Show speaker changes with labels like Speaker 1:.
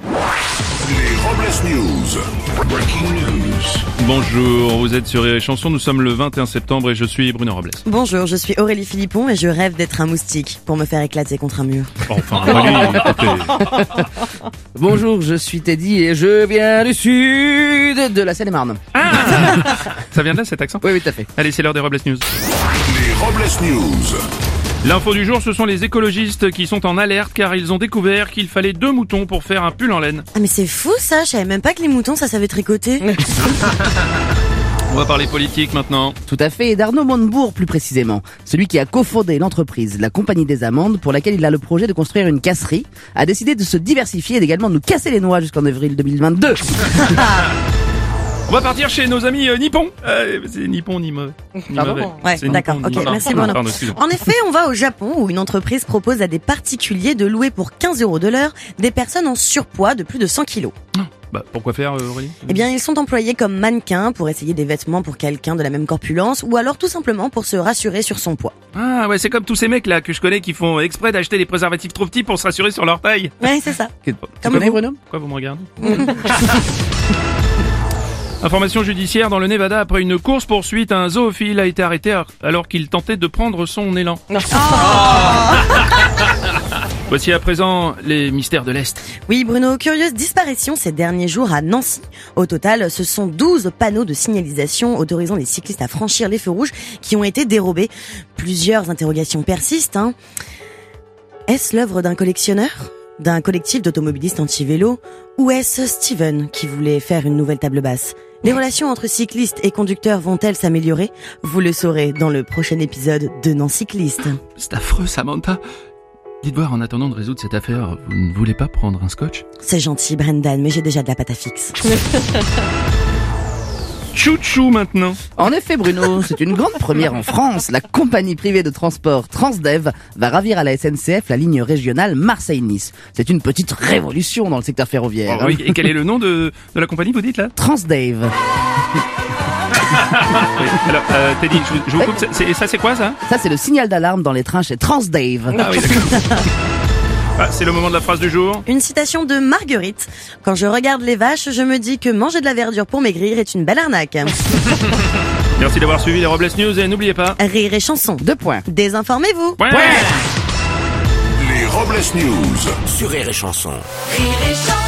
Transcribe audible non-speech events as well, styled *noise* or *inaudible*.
Speaker 1: Les Robles News. Breaking news.
Speaker 2: Bonjour, vous êtes sur Rire et Chanson, nous sommes le 21 septembre et je suis Bruno Robles.
Speaker 3: Bonjour, je suis Aurélie Philippon et je rêve d'être un moustique pour me faire éclater contre un mur.
Speaker 2: Enfin, Aurélie, écoutez,
Speaker 4: Bonjour, je suis Teddy et je viens du sud de la Seine-et-Marne.
Speaker 2: ça vient de là cet accent
Speaker 4: Oui, oui, tout à fait.
Speaker 2: Allez, c'est l'heure des Robles News.
Speaker 1: Les Robles News.
Speaker 2: L'info du jour, ce sont les écologistes qui sont en alerte car ils ont découvert qu'il fallait deux moutons pour faire un pull en laine.
Speaker 3: Ah mais c'est fou ça, je savais même pas que les moutons ça savait tricoter. *laughs*
Speaker 2: On va parler politique maintenant.
Speaker 4: Tout à fait, et d'Arnaud Montebourg plus précisément, celui qui a cofondé l'entreprise, la compagnie des amendes, pour laquelle il a le projet de construire une casserie, a décidé de se diversifier et d'également nous casser les noix jusqu'en avril 2022.
Speaker 2: On va partir chez nos amis euh, nippons. Euh, c'est nippon ni mauvais. Ni mauvais.
Speaker 3: Ouais,
Speaker 2: C'est
Speaker 3: d'accord,
Speaker 2: nippon,
Speaker 3: ok,
Speaker 2: ni mauvais.
Speaker 3: merci
Speaker 2: Pardon,
Speaker 3: Bruno.
Speaker 2: pardon, excusez-moi.
Speaker 3: En effet, on va au Japon où une entreprise propose à des particuliers de louer pour 15 euros de l'heure des personnes en surpoids de plus de 100 kilos.
Speaker 2: Bah, pourquoi faire, euh, Aurélie
Speaker 3: Eh bien, ils sont employés comme mannequins pour essayer des vêtements pour quelqu'un de la même corpulence ou alors tout simplement pour se rassurer sur son poids.
Speaker 2: Ah ouais, c'est comme tous ces mecs là que je connais qui font exprès d'acheter des préservatifs trop petits pour se rassurer sur leur taille.
Speaker 3: Ouais, c'est ça.
Speaker 2: Tu
Speaker 3: Comme
Speaker 2: connais,
Speaker 4: vous. Bruno
Speaker 2: Pourquoi vous me regardez *laughs* Information judiciaire dans le Nevada après une course poursuite, un zoophile a été arrêté ar- alors qu'il tentait de prendre son élan. *laughs* Voici à présent les mystères de l'Est.
Speaker 3: Oui, Bruno, curieuse disparition ces derniers jours à Nancy. Au total, ce sont 12 panneaux de signalisation autorisant les cyclistes à franchir les feux rouges qui ont été dérobés. Plusieurs interrogations persistent. hein. Est-ce l'œuvre d'un collectionneur D'un collectif d'automobilistes anti-vélo Ou est-ce Steven qui voulait faire une nouvelle table basse Les relations entre cyclistes et conducteurs vont-elles s'améliorer Vous le saurez dans le prochain épisode de Nancy Cycliste.
Speaker 2: C'est affreux, Samantha. Dites voir, en attendant de résoudre cette affaire, vous ne voulez pas prendre un scotch
Speaker 3: C'est gentil, Brendan, mais j'ai déjà de la pâte à fixe.
Speaker 2: Chouchou maintenant.
Speaker 4: En effet, Bruno, c'est une grande première en France. La compagnie privée de transport Transdev va ravir à la SNCF la ligne régionale Marseille-Nice. C'est une petite révolution dans le secteur ferroviaire.
Speaker 2: Oh,
Speaker 4: hein.
Speaker 2: Oui, et quel est le nom de, de la compagnie, vous dites là
Speaker 4: Transdev.
Speaker 2: Oui. Alors, euh, Teddy, je vous, je vous coupe. c'est- c'est- ça, c'est quoi ça
Speaker 4: Ça, c'est le signal d'alarme dans les trains chez Transdave.
Speaker 2: Ah oui, d'accord. Ah, c'est le moment de la phrase du jour.
Speaker 3: Une citation de Marguerite. Quand je regarde les vaches, je me dis que manger de la verdure pour maigrir est une belle arnaque.
Speaker 2: Merci d'avoir suivi les Robles News et n'oubliez pas.
Speaker 3: Rire et chanson.
Speaker 4: Deux points.
Speaker 3: Désinformez-vous.
Speaker 2: Ouais.
Speaker 1: Les Robles News.
Speaker 5: Sur Rire et Chanson.
Speaker 6: Rire et chanson.